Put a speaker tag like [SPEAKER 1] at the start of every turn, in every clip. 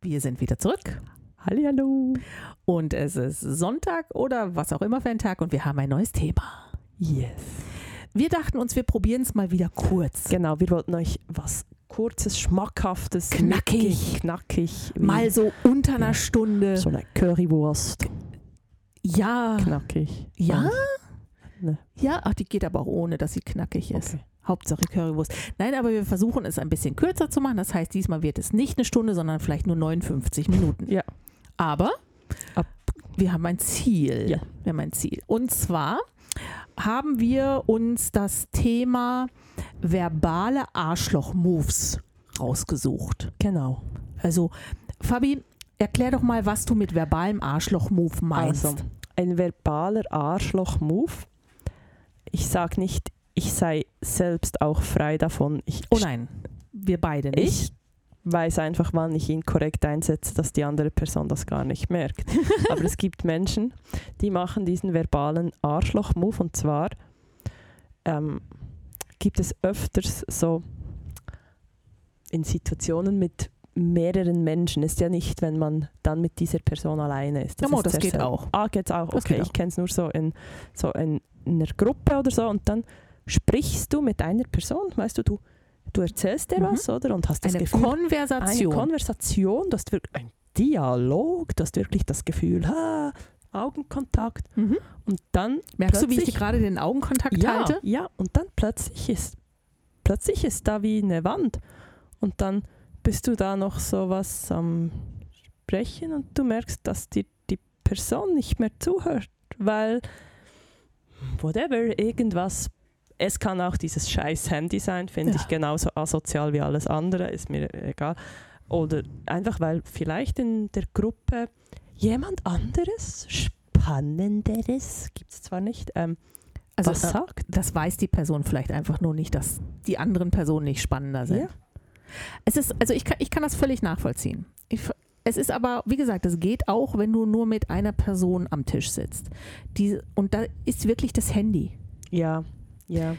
[SPEAKER 1] Wir sind wieder zurück
[SPEAKER 2] Hallihallo.
[SPEAKER 1] und es ist Sonntag oder was auch immer für ein Tag und wir haben ein neues Thema.
[SPEAKER 2] Yes.
[SPEAKER 1] Wir dachten uns, wir probieren es mal wieder kurz.
[SPEAKER 2] Genau, wir wollten euch was Kurzes, Schmackhaftes,
[SPEAKER 1] Knackig.
[SPEAKER 2] mittig, knackig. wie
[SPEAKER 1] Mal so unter einer Stunde.
[SPEAKER 2] Genau. so eine Currywurst.
[SPEAKER 1] Ja,
[SPEAKER 2] Knackig.
[SPEAKER 1] Ah. ja,
[SPEAKER 2] Ne.
[SPEAKER 1] ja. Ach, die geht aber auch ohne, dass sie knackig ist.
[SPEAKER 2] Okay.
[SPEAKER 1] Hauptsache Currywurst. Nein, aber wir versuchen es ein bisschen kürzer zu machen. Das heißt, diesmal wird es nicht eine Stunde, sondern vielleicht nur 59 Minuten.
[SPEAKER 2] Ja.
[SPEAKER 1] Aber
[SPEAKER 2] Ab-
[SPEAKER 1] wir haben ein Ziel.
[SPEAKER 2] Ja.
[SPEAKER 1] Wir haben ein Ziel. Und zwar haben wir uns das Thema verbale Arschloch-Moves rausgesucht.
[SPEAKER 2] Genau.
[SPEAKER 1] Also, Fabi, erklär doch mal, was du mit verbalem Arschloch-Move meinst.
[SPEAKER 2] Also, ein verbaler Arschloch-Move. Ich sage nicht, ich sei selbst auch frei davon. Ich,
[SPEAKER 1] Oh nein, wir beide nicht.
[SPEAKER 2] ich weiß einfach, wann ich ihn korrekt einsetze, dass die andere Person das gar nicht merkt. Aber es gibt Menschen, die machen diesen verbalen Arschloch-Move und zwar ähm, gibt es öfters so in Situationen mit mehreren Menschen. Ist ja nicht, wenn man dann mit dieser Person alleine ist.
[SPEAKER 1] Ja, mo,
[SPEAKER 2] ist
[SPEAKER 1] das
[SPEAKER 2] sehr
[SPEAKER 1] geht
[SPEAKER 2] selten.
[SPEAKER 1] auch.
[SPEAKER 2] Ah, geht's auch.
[SPEAKER 1] Das
[SPEAKER 2] Okay,
[SPEAKER 1] geht auch.
[SPEAKER 2] ich kenne es nur so in so in, in einer Gruppe oder so und dann sprichst du mit einer Person, weißt du, du, du erzählst dir
[SPEAKER 1] Mhm.
[SPEAKER 2] was, oder? Und hast das
[SPEAKER 1] Eine
[SPEAKER 2] Gefühl,
[SPEAKER 1] Konversation.
[SPEAKER 2] eine Konversation, du hast wirklich ein Dialog, du hast wirklich das Gefühl, ha, Augenkontakt
[SPEAKER 1] mhm.
[SPEAKER 2] und dann
[SPEAKER 1] Merkst du, wie ich
[SPEAKER 2] Plötzlich-
[SPEAKER 1] hier gerade den Augenkontakt halte?
[SPEAKER 2] ja, und dann plötzlich ist plötzlich ist da wie eine Wand und dann bist du da noch so was am sprechen und du merkst, dass dir die Person nicht mehr zuhört, weil whatever irgendwas es kann auch dieses scheiß Handy sein, finde
[SPEAKER 1] Ja.
[SPEAKER 2] ich genauso asozial wie alles andere, ist mir egal. Oder einfach, weil vielleicht in der Gruppe jemand anderes, spannenderes, gibt es zwar nicht, ähm,
[SPEAKER 1] Also,
[SPEAKER 2] was
[SPEAKER 1] äh,
[SPEAKER 2] sagt.
[SPEAKER 1] das weiß die Person vielleicht einfach nur nicht, dass die anderen Personen nicht spannender sind.
[SPEAKER 2] Ja.
[SPEAKER 1] Es ist, also ich kann, ich kann das völlig nachvollziehen. Ich, ver- es ist aber, wie gesagt, es geht auch, wenn du nur mit einer Person am Tisch sitzt. Die, und da ist wirklich das Handy.
[SPEAKER 2] Ja, ja,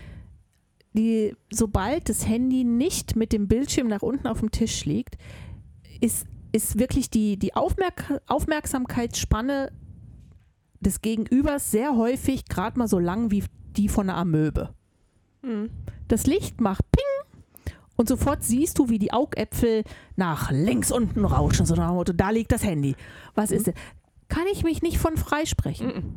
[SPEAKER 1] Die, sobald das Handy nicht mit dem Bildschirm nach unten auf dem Tisch liegt, ist, ist wirklich die, die Aufmerk Aufmerksamkeitsspanne des Gegenübers sehr häufig gerade mal so lang wie die von einer Amöbe. Das Licht macht Ping und sofort siehst du, wie die Augäpfel nach links unten rauschen. So nach dem Motto, da liegt das Handy. Was ist denn? Kann ich mich nicht von freisprechen.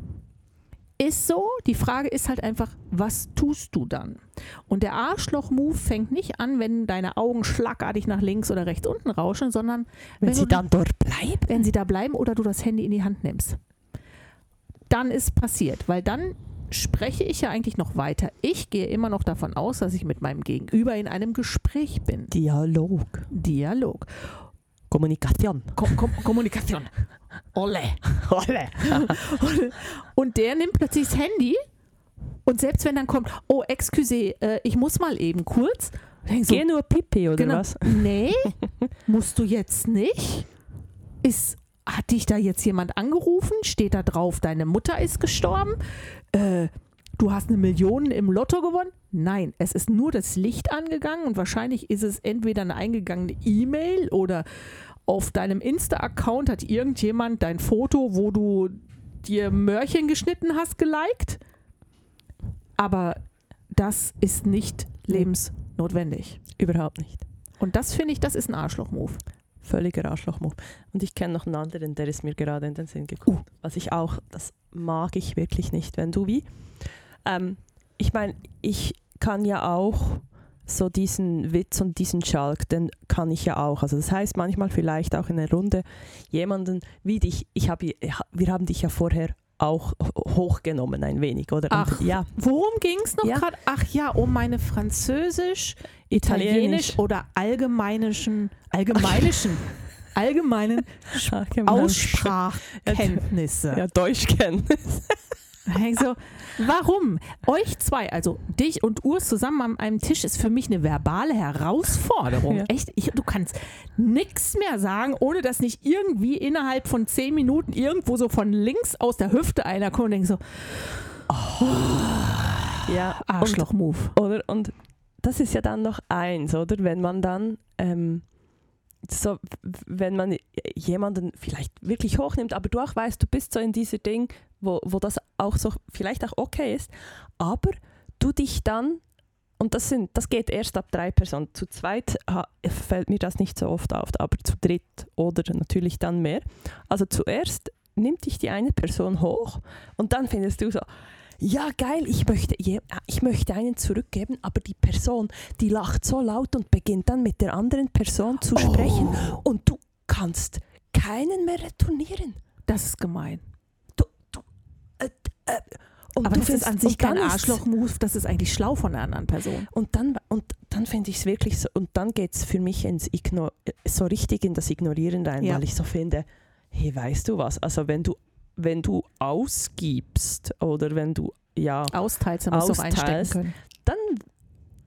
[SPEAKER 1] Ist so, die Frage ist halt einfach, was tust du dann? Und der Arschloch-Move fängt nicht an, wenn deine Augen schlagartig nach links oder rechts unten rauschen, sondern wenn, du,
[SPEAKER 2] dort bleibt.
[SPEAKER 1] wenn sie da bleiben oder du das Handy in die Hand nimmst. Dann ist passiert, weil dann spreche ich ja eigentlich noch weiter. Ich gehe immer noch davon aus, dass ich mit meinem Gegenüber in einem Gespräch bin.
[SPEAKER 2] Dialog,
[SPEAKER 1] Dialog.
[SPEAKER 2] Kommunikation.
[SPEAKER 1] Kom Kom Kommunikation. Olle.
[SPEAKER 2] Alle.
[SPEAKER 1] Und, und der nimmt plötzlich das Handy und selbst wenn dann kommt, oh, excusez, äh, ich muss mal eben kurz. Denk so,
[SPEAKER 2] Geh nur Pipi, oder
[SPEAKER 1] genau,
[SPEAKER 2] was?
[SPEAKER 1] Nee, musst du jetzt nicht. Ist, hat dich da jetzt jemand angerufen? Steht da drauf, deine Mutter ist gestorben? Äh, du hast eine Million im Lotto gewonnen? Nein, es ist nur das Licht angegangen und wahrscheinlich ist es entweder eine eingegangene E-Mail oder auf deinem Insta-Account hat irgendjemand dein Foto, wo du dir Mörchen geschnitten hast, geliked. Aber das ist nicht lebensnotwendig.
[SPEAKER 2] Überhaupt nicht.
[SPEAKER 1] Und das finde ich, das ist ein Arschloch-Move.
[SPEAKER 2] Völliger Arschlochmove. Und ich kenne noch einen anderen, der ist mir gerade in den Sinn gekommen.
[SPEAKER 1] Uh.
[SPEAKER 2] Was ich auch, das mag ich wirklich nicht, wenn du wie. Ähm, ich meine, ich kann ja auch so diesen Witz und diesen Schalk, den kann ich ja auch. Also das heißt manchmal vielleicht auch in einer Runde jemanden wie dich, ich habe, wir haben dich ja vorher auch ho- hochgenommen ein wenig, oder?
[SPEAKER 1] Ach.
[SPEAKER 2] Und, ja,
[SPEAKER 1] Worum ging es noch
[SPEAKER 2] Ja.
[SPEAKER 1] gerade? Ach ja, um meine Französisch, Italienisch, oder allgemeinischen, allgemeinischen, allgemeinen Aussprachkenntnisse.
[SPEAKER 2] Ah, genau. Ja, Deutsch kennen.
[SPEAKER 1] Da denk ich so, warum? Euch zwei, also dich und Urs zusammen an einem Tisch, ist für mich eine verbale Herausforderung.
[SPEAKER 2] Ja.
[SPEAKER 1] Echt, ich, du kannst nichts mehr sagen, ohne dass nicht irgendwie innerhalb von zehn Minuten irgendwo so von links aus der Hüfte einer kommt und denkt so,
[SPEAKER 2] Ja, und
[SPEAKER 1] Arschloch-Move.
[SPEAKER 2] Oder? Und das ist ja dann noch eins, oder? Wenn man dann ähm, so, wenn man jemanden vielleicht wirklich hochnimmt, aber du auch weißt, du bist so in diesem Ding, wo, wo das auch so vielleicht auch okay ist, aber du dich dann, und das, sind, das geht erst ab drei Personen, zu zweit ha, fällt mir das nicht so oft auf, aber zu dritt oder natürlich dann mehr. Also zuerst nimmt dich die eine Person hoch und dann findest du so, ja geil, ich möchte, je, ah, ich möchte einen zurückgeben, aber die Person, die lacht so laut und beginnt dann mit der anderen Person zu sprechen
[SPEAKER 1] Oh.
[SPEAKER 2] und du kannst keinen mehr retournieren.
[SPEAKER 1] Das ist gemein.
[SPEAKER 2] Du, du, äh, äh, und
[SPEAKER 1] Aber
[SPEAKER 2] du
[SPEAKER 1] das ist
[SPEAKER 2] findest-
[SPEAKER 1] an sich
[SPEAKER 2] und dann
[SPEAKER 1] kein
[SPEAKER 2] ist's-
[SPEAKER 1] Arschloch-Move, das ist eigentlich schlau von der anderen Person.
[SPEAKER 2] Und dann, und dann finde ich es wirklich so, und dann geht es für mich ins Igno äh, so richtig in das Ignorieren rein,
[SPEAKER 1] Ja.
[SPEAKER 2] weil ich so finde, hey, weißt du was? Also wenn du, wenn du ausgibst oder wenn du, ja,
[SPEAKER 1] Austeilst, dann musst du auch einstecken
[SPEAKER 2] Austeilst.
[SPEAKER 1] können.
[SPEAKER 2] dann,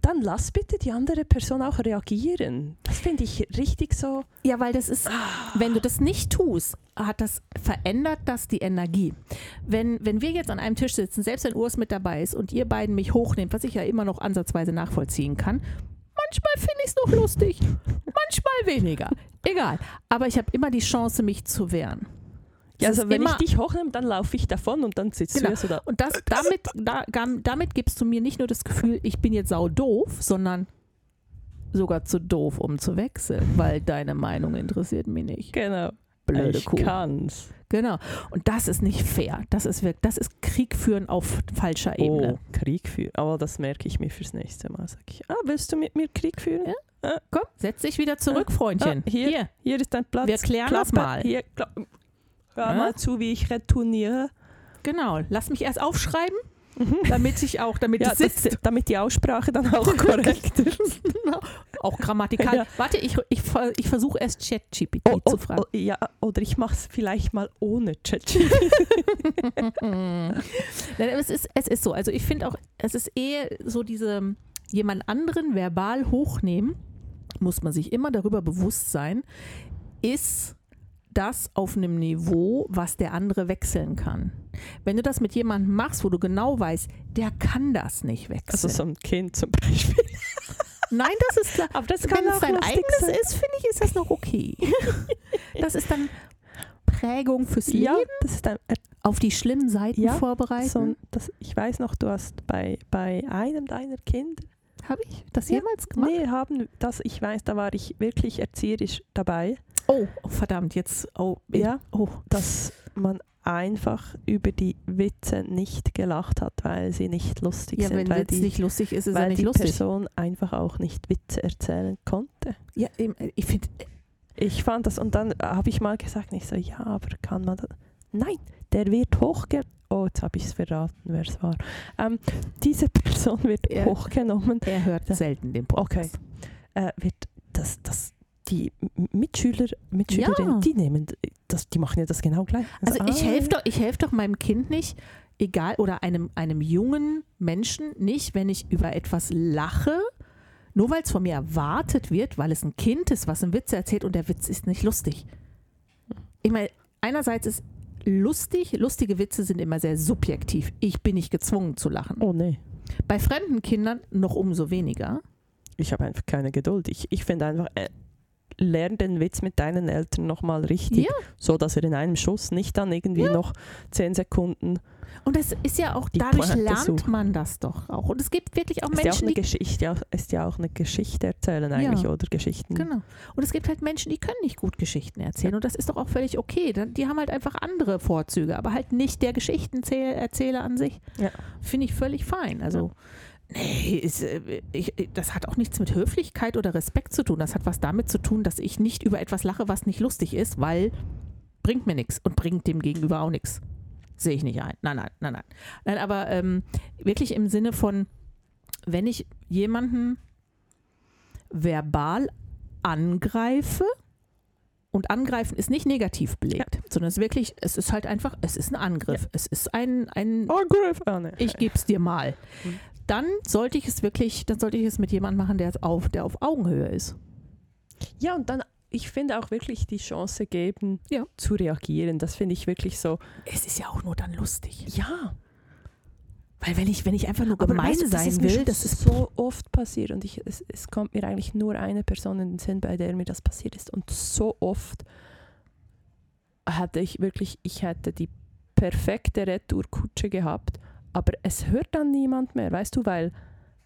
[SPEAKER 2] dann lass bitte die andere Person auch reagieren. Das finde ich richtig so.
[SPEAKER 1] Ja, weil das ist, wenn du das nicht tust, hat das, verändert das die Energie. Wenn, wenn wir jetzt an einem Tisch sitzen, selbst wenn Urs mit dabei ist und ihr beiden mich hochnehmt, was ich ja immer noch ansatzweise nachvollziehen kann, manchmal finde ich es noch lustig, manchmal weniger. Egal. Aber ich habe immer die Chance, mich zu wehren. Es
[SPEAKER 2] also
[SPEAKER 1] ist
[SPEAKER 2] wenn ich
[SPEAKER 1] immer-
[SPEAKER 2] dich hochnehme, dann laufe ich davon und dann sitzt
[SPEAKER 1] Genau.
[SPEAKER 2] du ja so da.
[SPEAKER 1] Und das, damit, da, gam- damit gibst du mir nicht nur das Gefühl, ich bin jetzt sau doof, sondern sogar zu doof, um zu wechseln, weil deine Meinung interessiert mich nicht.
[SPEAKER 2] Genau.
[SPEAKER 1] Blöde
[SPEAKER 2] ich
[SPEAKER 1] Kuh.
[SPEAKER 2] kann's.
[SPEAKER 1] Genau. Und das ist nicht fair. Das ist wirklich, das ist Krieg führen auf falscher Ebene.
[SPEAKER 2] Oh, Krieg führen. Aber das merke ich mir fürs nächste Mal. Sag ich, ah, willst du mit mir Krieg führen?
[SPEAKER 1] Ja. Komm, setz dich wieder zurück, Freundchen.
[SPEAKER 2] Ah, hier.
[SPEAKER 1] hier.
[SPEAKER 2] Hier ist dein Platz.
[SPEAKER 1] Wir klären das
[SPEAKER 2] Klappe.
[SPEAKER 1] mal.
[SPEAKER 2] Hier, kla Hör
[SPEAKER 1] Ja.
[SPEAKER 2] mal zu, wie ich retourniere.
[SPEAKER 1] Genau. Lass mich erst aufschreiben, damit ich auch, damit
[SPEAKER 2] Mhm. Ja,
[SPEAKER 1] es sitzt.
[SPEAKER 2] das, damit die Aussprache dann auch korrekt ist.
[SPEAKER 1] auch grammatikal.
[SPEAKER 2] Ja.
[SPEAKER 1] Warte, ich, ich, ver- ich versuche erst ChatGPT
[SPEAKER 2] Oh, oh,
[SPEAKER 1] zu fragen.
[SPEAKER 2] oh, ja, oder ich mache es vielleicht mal ohne ChatGPT.
[SPEAKER 1] Nein, aber es ist, es ist so. Also ich finde auch, es ist eher so diese jemand anderen verbal hochnehmen, muss man sich immer darüber bewusst sein, ist das auf einem Niveau, was der andere wechseln kann. Wenn du das mit jemandem machst, wo du genau weißt, der kann das nicht
[SPEAKER 2] Also
[SPEAKER 1] wechseln.
[SPEAKER 2] so ein Kind zum Beispiel.
[SPEAKER 1] Nein, das ist klar.
[SPEAKER 2] Aber das
[SPEAKER 1] Wenn es
[SPEAKER 2] sein
[SPEAKER 1] dein eigenes ist, finde ich, ist das noch okay. das ist dann Prägung fürs Leben,
[SPEAKER 2] Ja, das ist ein,
[SPEAKER 1] auf die schlimmen Seiten
[SPEAKER 2] Ja,
[SPEAKER 1] vorbereiten.
[SPEAKER 2] so ein, das, ich weiß noch, du hast bei, bei einem deiner Kinder,
[SPEAKER 1] Habe ich das
[SPEAKER 2] Ja.
[SPEAKER 1] jemals gemacht?
[SPEAKER 2] nee, haben das, ich weiß, da war ich wirklich erzieherisch dabei.
[SPEAKER 1] Oh, oh, verdammt, jetzt. Oh, ich-
[SPEAKER 2] Ja.
[SPEAKER 1] Oh,
[SPEAKER 2] dass man einfach über die Witze nicht gelacht hat, weil sie nicht lustig
[SPEAKER 1] ja,
[SPEAKER 2] sind,
[SPEAKER 1] wenn
[SPEAKER 2] weil
[SPEAKER 1] Witz
[SPEAKER 2] die,
[SPEAKER 1] nicht lustig ist, ist er
[SPEAKER 2] weil
[SPEAKER 1] nicht
[SPEAKER 2] die
[SPEAKER 1] lustig.
[SPEAKER 2] Person einfach auch nicht Witze erzählen konnte.
[SPEAKER 1] Ja, eben, äh, ich finde,
[SPEAKER 2] Ich fand das und dann habe ich mal gesagt, ich so, ja, aber kann man das? Nein, der wird hochge... Oh, jetzt habe ich es verraten, wer es war. Ähm, diese Person wird
[SPEAKER 1] Ja.
[SPEAKER 2] hochgenommen
[SPEAKER 1] er hört
[SPEAKER 2] Ja.
[SPEAKER 1] selten den Podcast.
[SPEAKER 2] äh, wird das, das die M- Mitschüler, Mitschülerinnen,
[SPEAKER 1] Ja.
[SPEAKER 2] die nehmen äh, das, die machen ja das genau gleich.
[SPEAKER 1] Also ich
[SPEAKER 2] ah,
[SPEAKER 1] helfe doch, ich helf doch meinem Kind nicht, egal, oder einem, einem jungen Menschen nicht, wenn ich über etwas lache, nur weil es von mir erwartet wird, weil es ein Kind ist, was einen Witz erzählt und der Witz ist nicht lustig. Ich meine, einerseits ist lustig, lustige Witze sind immer sehr subjektiv. Ich bin nicht gezwungen zu lachen.
[SPEAKER 2] Oh nee.
[SPEAKER 1] Bei fremden Kindern noch umso weniger.
[SPEAKER 2] ich habe einfach keine Geduld. Ich, ich finde einfach, äh, lern den Witz mit deinen Eltern nochmal richtig,
[SPEAKER 1] Ja.
[SPEAKER 2] so dass er in einem Schuss nicht dann irgendwie noch zehn Sekunden.
[SPEAKER 1] Und das ist ja auch,
[SPEAKER 2] Die
[SPEAKER 1] dadurch
[SPEAKER 2] Pointe
[SPEAKER 1] lernt
[SPEAKER 2] sucht.
[SPEAKER 1] man das doch auch. Und es gibt wirklich auch
[SPEAKER 2] Ist ja auch
[SPEAKER 1] Menschen,
[SPEAKER 2] eine
[SPEAKER 1] die.
[SPEAKER 2] Geschichte, ja, ist ja auch eine Geschichte erzählen eigentlich oder Geschichten.
[SPEAKER 1] Genau. Und es gibt halt Menschen, die können nicht gut Geschichten erzählen. Und das ist doch auch völlig okay. Dann- Die haben halt einfach andere Vorzüge, aber halt nicht der Geschichtenerzähler an sich.
[SPEAKER 2] Ja.
[SPEAKER 1] Finde ich völlig fein. Also, nee, ist, äh, ich, das hat auch nichts mit Höflichkeit oder Respekt zu tun. Das hat was damit zu tun, dass ich nicht über etwas lache, was nicht lustig ist, weil bringt mir nichts und bringt dem Gegenüber auch nichts. Sehe ich nicht ein. Nein, nein, nein, nein. Nein, aber ähm, wirklich im Sinne von, wenn ich jemanden verbal angreife und angreifen ist nicht negativ belegt, sondern es ist wirklich, es ist halt einfach, es ist ein Angriff. Es ist ein, ein
[SPEAKER 2] Angriff! Ah, nee.
[SPEAKER 1] ich geb's dir mal.
[SPEAKER 2] Mhm.
[SPEAKER 1] Dann sollte ich es wirklich, dann sollte ich es mit jemandem machen, der es auf, der auf Augenhöhe ist.
[SPEAKER 2] Ja, und dann, ich finde auch wirklich die Chance geben,
[SPEAKER 1] Ja.
[SPEAKER 2] zu reagieren. Das finde ich wirklich so,
[SPEAKER 1] Es ist ja auch nur dann lustig.
[SPEAKER 2] ja.
[SPEAKER 1] Weil wenn ich, wenn ich einfach nur
[SPEAKER 2] Aber
[SPEAKER 1] gemein
[SPEAKER 2] weißt du, das
[SPEAKER 1] sein
[SPEAKER 2] ist mir
[SPEAKER 1] will,
[SPEAKER 2] schon
[SPEAKER 1] das ist
[SPEAKER 2] so oft passiert und ich, es, es kommt mir eigentlich nur eine Person in den Sinn, bei der mir das passiert ist und so oft hatte ich wirklich, ich hätte die perfekte Retourkutsche gehabt, aber es hört dann niemand mehr, weißt du, weil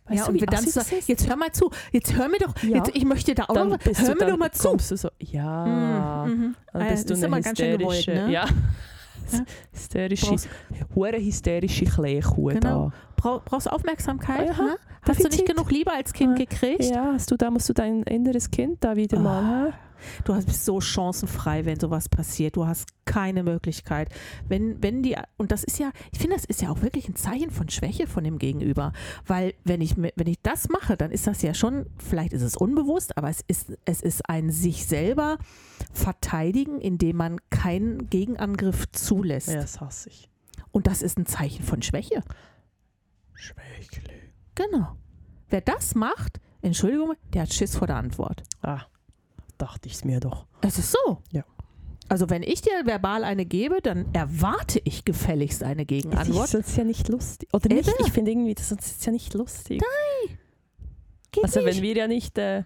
[SPEAKER 2] weißt
[SPEAKER 1] ja,
[SPEAKER 2] du,
[SPEAKER 1] und wenn dann
[SPEAKER 2] assi
[SPEAKER 1] so,
[SPEAKER 2] das ist?
[SPEAKER 1] jetzt hör mal zu, jetzt hör mir doch,
[SPEAKER 2] Ja.
[SPEAKER 1] jetzt, ich möchte da auch
[SPEAKER 2] dann
[SPEAKER 1] noch,
[SPEAKER 2] bist
[SPEAKER 1] hör
[SPEAKER 2] du,
[SPEAKER 1] mir
[SPEAKER 2] dann
[SPEAKER 1] doch mal zu.
[SPEAKER 2] kommst du so, ja,
[SPEAKER 1] Mhm, mhm.
[SPEAKER 2] dann
[SPEAKER 1] Ah,
[SPEAKER 2] bist
[SPEAKER 1] das
[SPEAKER 2] du
[SPEAKER 1] ist
[SPEAKER 2] eine
[SPEAKER 1] immer ganz schön gewollt,
[SPEAKER 2] hysterische,
[SPEAKER 1] ne?
[SPEAKER 2] ja,
[SPEAKER 1] Ja.
[SPEAKER 2] hysterische,
[SPEAKER 1] Brauchst,
[SPEAKER 2] hure hysterische Kleinkuh
[SPEAKER 1] Genau.
[SPEAKER 2] da. Ah,
[SPEAKER 1] brau- brauchst Aufmerksamkeit,
[SPEAKER 2] Aha,
[SPEAKER 1] ne? Hast du nicht
[SPEAKER 2] Defizit.
[SPEAKER 1] genug Liebe als Kind
[SPEAKER 2] Ja.
[SPEAKER 1] gekriegt?
[SPEAKER 2] Ja, hast du da musst du dein inneres Kind da wieder mal. hä?
[SPEAKER 1] Du hast- bist so chancenfrei, wenn sowas passiert. Du hast keine Möglichkeit. Wenn, wenn die, und das ist ja, ich finde, das ist ja auch wirklich ein Zeichen von Schwäche von dem Gegenüber. Weil wenn ich, mi- wenn ich das mache, dann ist das ja schon, vielleicht ist es unbewusst, aber es ist, es ist ein sich selber verteidigen, indem man keinen Gegenangriff zulässt.
[SPEAKER 2] das hasse ich.
[SPEAKER 1] Und das ist ein Zeichen von Schwäche.
[SPEAKER 2] Schwächling.
[SPEAKER 1] Genau. Wer das macht, Entschuldigung, der hat Schiss vor der Antwort.
[SPEAKER 2] Ah, dachte ich's mir doch.
[SPEAKER 1] Es ist so.
[SPEAKER 2] Ja.
[SPEAKER 1] Also wenn ich dir verbal eine gebe, dann erwarte ich gefälligst eine
[SPEAKER 2] Antwort?
[SPEAKER 1] Gegenantwort.
[SPEAKER 2] Das ist ja nicht lustig. Oder
[SPEAKER 1] Eben.
[SPEAKER 2] nicht? Ich finde irgendwie, das ist ja nicht lustig.
[SPEAKER 1] Geht
[SPEAKER 2] also
[SPEAKER 1] nicht.
[SPEAKER 2] wenn wir ja nicht, äh,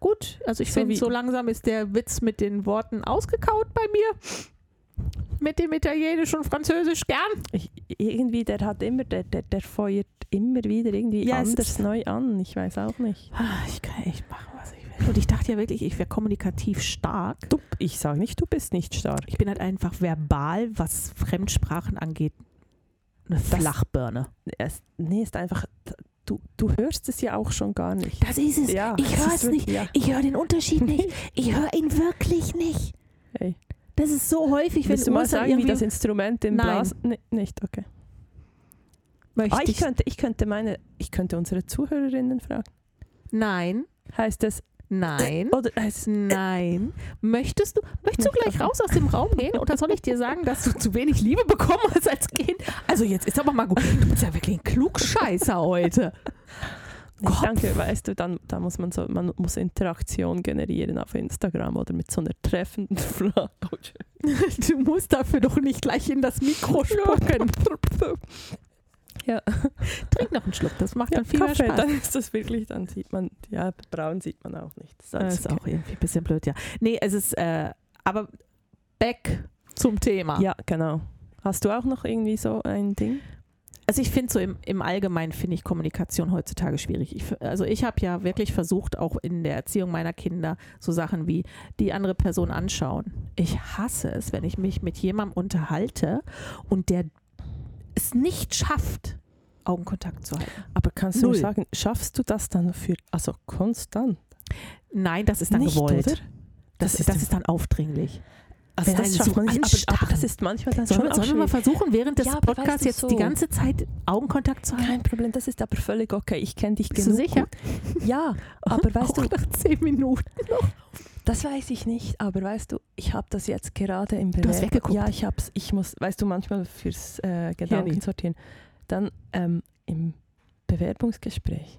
[SPEAKER 1] Gut, also ich
[SPEAKER 2] So
[SPEAKER 1] finde,
[SPEAKER 2] wie-
[SPEAKER 1] so langsam ist der Witz mit den Worten ausgekaut bei mir. Mit dem Italienisch und Französisch gern.
[SPEAKER 2] ich, irgendwie, der hat immer, der, der, der feuert immer wieder irgendwie
[SPEAKER 1] Ja, es
[SPEAKER 2] anders
[SPEAKER 1] ist-
[SPEAKER 2] neu an. Ich weiß auch nicht.
[SPEAKER 1] Ah, Ich kann echt machen, was ich will. Und ich dachte ja wirklich, ich wäre kommunikativ stark.
[SPEAKER 2] Du, ich sage nicht, du bist nicht stark.
[SPEAKER 1] Ich bin halt einfach verbal, was Fremdsprachen angeht, eine Flachbirne.
[SPEAKER 2] Es, nee, ist einfach, du, du hörst es ja auch schon gar nicht.
[SPEAKER 1] Das ist es.
[SPEAKER 2] Ja,
[SPEAKER 1] ich
[SPEAKER 2] das
[SPEAKER 1] höre
[SPEAKER 2] ist
[SPEAKER 1] es nicht.
[SPEAKER 2] wirklich- ja.
[SPEAKER 1] Ich höre den Unterschied nicht. Ich höre ihn wirklich nicht.
[SPEAKER 2] Hey.
[SPEAKER 1] Das ist so häufig, wenn
[SPEAKER 2] Willst du mal
[SPEAKER 1] Ursula
[SPEAKER 2] sagen, wie
[SPEAKER 1] irgendwie-
[SPEAKER 2] das Instrument im
[SPEAKER 1] Nein.
[SPEAKER 2] Blas... Nee, nicht, okay.
[SPEAKER 1] Möchte
[SPEAKER 2] Ah, ich,
[SPEAKER 1] ich
[SPEAKER 2] könnte, ich könnte meine, ich könnte unsere Zuhörerinnen fragen.
[SPEAKER 1] nein,
[SPEAKER 2] Heißt es,
[SPEAKER 1] nein,
[SPEAKER 2] oder heißt es,
[SPEAKER 1] nein. Möchtest du, möchtest du gleich raus aus dem Raum gehen oder soll ich dir sagen, dass du zu wenig Liebe bekommen hast als Kind? Also jetzt ist aber mal gut. Du bist ja wirklich ein Klugscheißer heute.
[SPEAKER 2] nee,
[SPEAKER 1] Kopf.
[SPEAKER 2] danke, weißt du, dann, da muss man so, man muss Interaktion generieren auf Instagram oder mit so einer treffenden Frage.
[SPEAKER 1] Du musst dafür doch nicht gleich in das Mikro spucken.
[SPEAKER 2] Ja.
[SPEAKER 1] Trink noch einen Schluck, das macht
[SPEAKER 2] Ja,
[SPEAKER 1] dann viel
[SPEAKER 2] Kaffee,
[SPEAKER 1] mehr Spaß.
[SPEAKER 2] dann ist das wirklich, dann sieht man, ja, Braun sieht man auch nicht. Das ist
[SPEAKER 1] Das
[SPEAKER 2] alles
[SPEAKER 1] ist
[SPEAKER 2] okay.
[SPEAKER 1] auch irgendwie ein bisschen blöd, ja. Nee, es ist, äh, aber back zum Thema.
[SPEAKER 2] Ja, genau. Hast du auch noch irgendwie so ein Ding?
[SPEAKER 1] Also ich finde so im, im Allgemeinen finde ich Kommunikation heutzutage schwierig. Ich, f- also ich habe ja wirklich versucht, auch in der Erziehung meiner Kinder so Sachen wie die andere Person anschauen. Ich hasse es, wenn ich mich mit jemandem unterhalte und der es nicht schafft, Augenkontakt zu halten.
[SPEAKER 2] Aber kannst du
[SPEAKER 1] Null.
[SPEAKER 2] mir sagen, schaffst du das dann für, also konstant?
[SPEAKER 1] Nein, das ist dann
[SPEAKER 2] Nicht,
[SPEAKER 1] gewollt.
[SPEAKER 2] oder?
[SPEAKER 1] Das,
[SPEAKER 2] Das ist
[SPEAKER 1] das ist dann aufdringlich.
[SPEAKER 2] Also
[SPEAKER 1] Wenn
[SPEAKER 2] das
[SPEAKER 1] einen
[SPEAKER 2] schafft
[SPEAKER 1] so
[SPEAKER 2] man nicht, aber, aber
[SPEAKER 1] anstarren.
[SPEAKER 2] das ist manchmal dann
[SPEAKER 1] Sollen
[SPEAKER 2] schon
[SPEAKER 1] wir,
[SPEAKER 2] auch
[SPEAKER 1] sollen wir mal
[SPEAKER 2] schwierig.
[SPEAKER 1] versuchen, während des
[SPEAKER 2] Ja, aber weißt
[SPEAKER 1] Podcasts
[SPEAKER 2] du,
[SPEAKER 1] jetzt
[SPEAKER 2] so-
[SPEAKER 1] die ganze Zeit Augenkontakt zu halten?
[SPEAKER 2] Ah, Kein Problem, das ist aber völlig okay. Ich kenne dich
[SPEAKER 1] Bist
[SPEAKER 2] genug.
[SPEAKER 1] du sicher?
[SPEAKER 2] gut. Ja, aber weißt
[SPEAKER 1] Auch
[SPEAKER 2] du,
[SPEAKER 1] nach zehn Minuten.
[SPEAKER 2] das weiß ich nicht, aber weißt du, ich habe das jetzt gerade im Bewerb.
[SPEAKER 1] hast weggeguckt.
[SPEAKER 2] Ja, ich hab's, ich muss, weißt du, manchmal fürs äh, Gedanken
[SPEAKER 1] Hirni.
[SPEAKER 2] sortieren. Dann ähm, im Bewerbungsgespräch.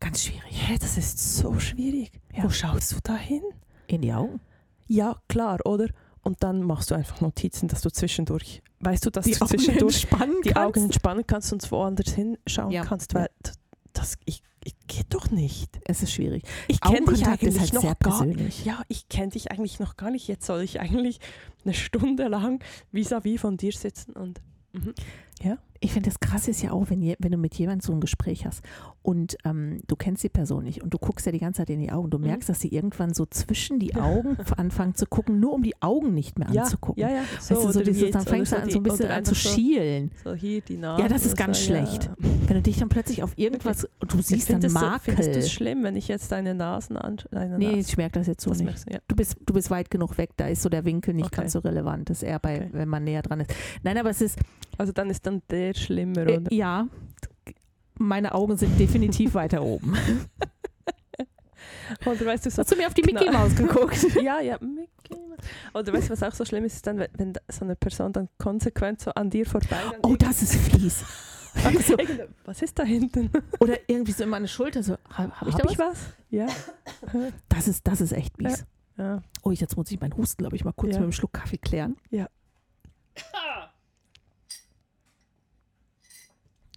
[SPEAKER 1] Ganz schwierig.
[SPEAKER 2] Hä, das ist so schwierig. Wo schaust du da hin?
[SPEAKER 1] In die Augen.
[SPEAKER 2] Ja, klar, oder? Und dann machst du einfach Notizen, dass du zwischendurch, weißt du, dass
[SPEAKER 1] Die
[SPEAKER 2] du
[SPEAKER 1] Augen
[SPEAKER 2] zwischendurch
[SPEAKER 1] entspannen
[SPEAKER 2] die
[SPEAKER 1] kannst.
[SPEAKER 2] Augen entspannen kannst und woanders hinschauen
[SPEAKER 1] Ja.
[SPEAKER 2] kannst, weil t- das ich, ich geht doch nicht.
[SPEAKER 1] Es ist schwierig.
[SPEAKER 2] Ich kenne dich
[SPEAKER 1] Augenkontakt
[SPEAKER 2] eigentlich
[SPEAKER 1] ist halt
[SPEAKER 2] noch
[SPEAKER 1] sehr
[SPEAKER 2] gar
[SPEAKER 1] persönlich.
[SPEAKER 2] Ja, ich kenne dich eigentlich noch gar nicht. Jetzt soll ich eigentlich eine Stunde lang vis-à-vis von dir sitzen und
[SPEAKER 1] Ich finde, das Krasse ist ja auch, wenn, je, wenn du mit jemandem so ein Gespräch hast und ähm, du kennst die Person nicht und du guckst ja die ganze Zeit in die Augen. Du
[SPEAKER 2] Mhm.
[SPEAKER 1] merkst, dass sie irgendwann so zwischen die Augen anfangen zu gucken, nur um die Augen nicht mehr anzugucken.
[SPEAKER 2] Ja, ja,
[SPEAKER 1] So, weißt du, so
[SPEAKER 2] oder
[SPEAKER 1] dieses,
[SPEAKER 2] jetzt,
[SPEAKER 1] dann
[SPEAKER 2] oder
[SPEAKER 1] fängst du an,
[SPEAKER 2] die-
[SPEAKER 1] so ein bisschen
[SPEAKER 2] oder
[SPEAKER 1] an zu
[SPEAKER 2] einfach so-
[SPEAKER 1] schielen.
[SPEAKER 2] So hier die Nase.
[SPEAKER 1] Ja, das ist
[SPEAKER 2] so,
[SPEAKER 1] ganz schlecht.
[SPEAKER 2] Ja.
[SPEAKER 1] Wenn du dich dann plötzlich auf irgendwas und du siehst dann
[SPEAKER 2] Findest du-
[SPEAKER 1] Makel.
[SPEAKER 2] Findest du es schlimm, wenn ich jetzt deine Nasen anschaue? Deine
[SPEAKER 1] nee,
[SPEAKER 2] Nasen,
[SPEAKER 1] ich merke das jetzt so
[SPEAKER 2] das
[SPEAKER 1] nicht.
[SPEAKER 2] merkst du, ja.
[SPEAKER 1] du bist, du bist weit genug weg, da ist so der Winkel nicht
[SPEAKER 2] Okay.
[SPEAKER 1] ganz so relevant. Das ist eher bei,
[SPEAKER 2] Okay.
[SPEAKER 1] wenn man näher dran ist. Nein, aber es ist,
[SPEAKER 2] Also dann ist dann der schlimmer,
[SPEAKER 1] äh,
[SPEAKER 2] oder?
[SPEAKER 1] ja, meine Augen sind definitiv weiter oben.
[SPEAKER 2] Oder weißt du, so
[SPEAKER 1] Hast du mir auf die
[SPEAKER 2] Genau.
[SPEAKER 1] Mickey Maus geguckt?
[SPEAKER 2] Ja, ja, Mickey Mouse. Oder weißt du, was auch so schlimm ist, ist dann, wenn- wenn da- so eine Person dann konsequent so an dir vorbei. dann
[SPEAKER 1] Oh,
[SPEAKER 2] irgend-
[SPEAKER 1] das ist fies. Also,
[SPEAKER 2] irgend- was ist da hinten?
[SPEAKER 1] oder irgendwie so in meine Schulter so, habe hab ich da was?
[SPEAKER 2] Ja.
[SPEAKER 1] Das ist, das ist echt fies.
[SPEAKER 2] ja.
[SPEAKER 1] Oh, jetzt muss ich meinen Husten, glaube ich, mal kurz
[SPEAKER 2] Ja.
[SPEAKER 1] mit einem Schluck Kaffee klären.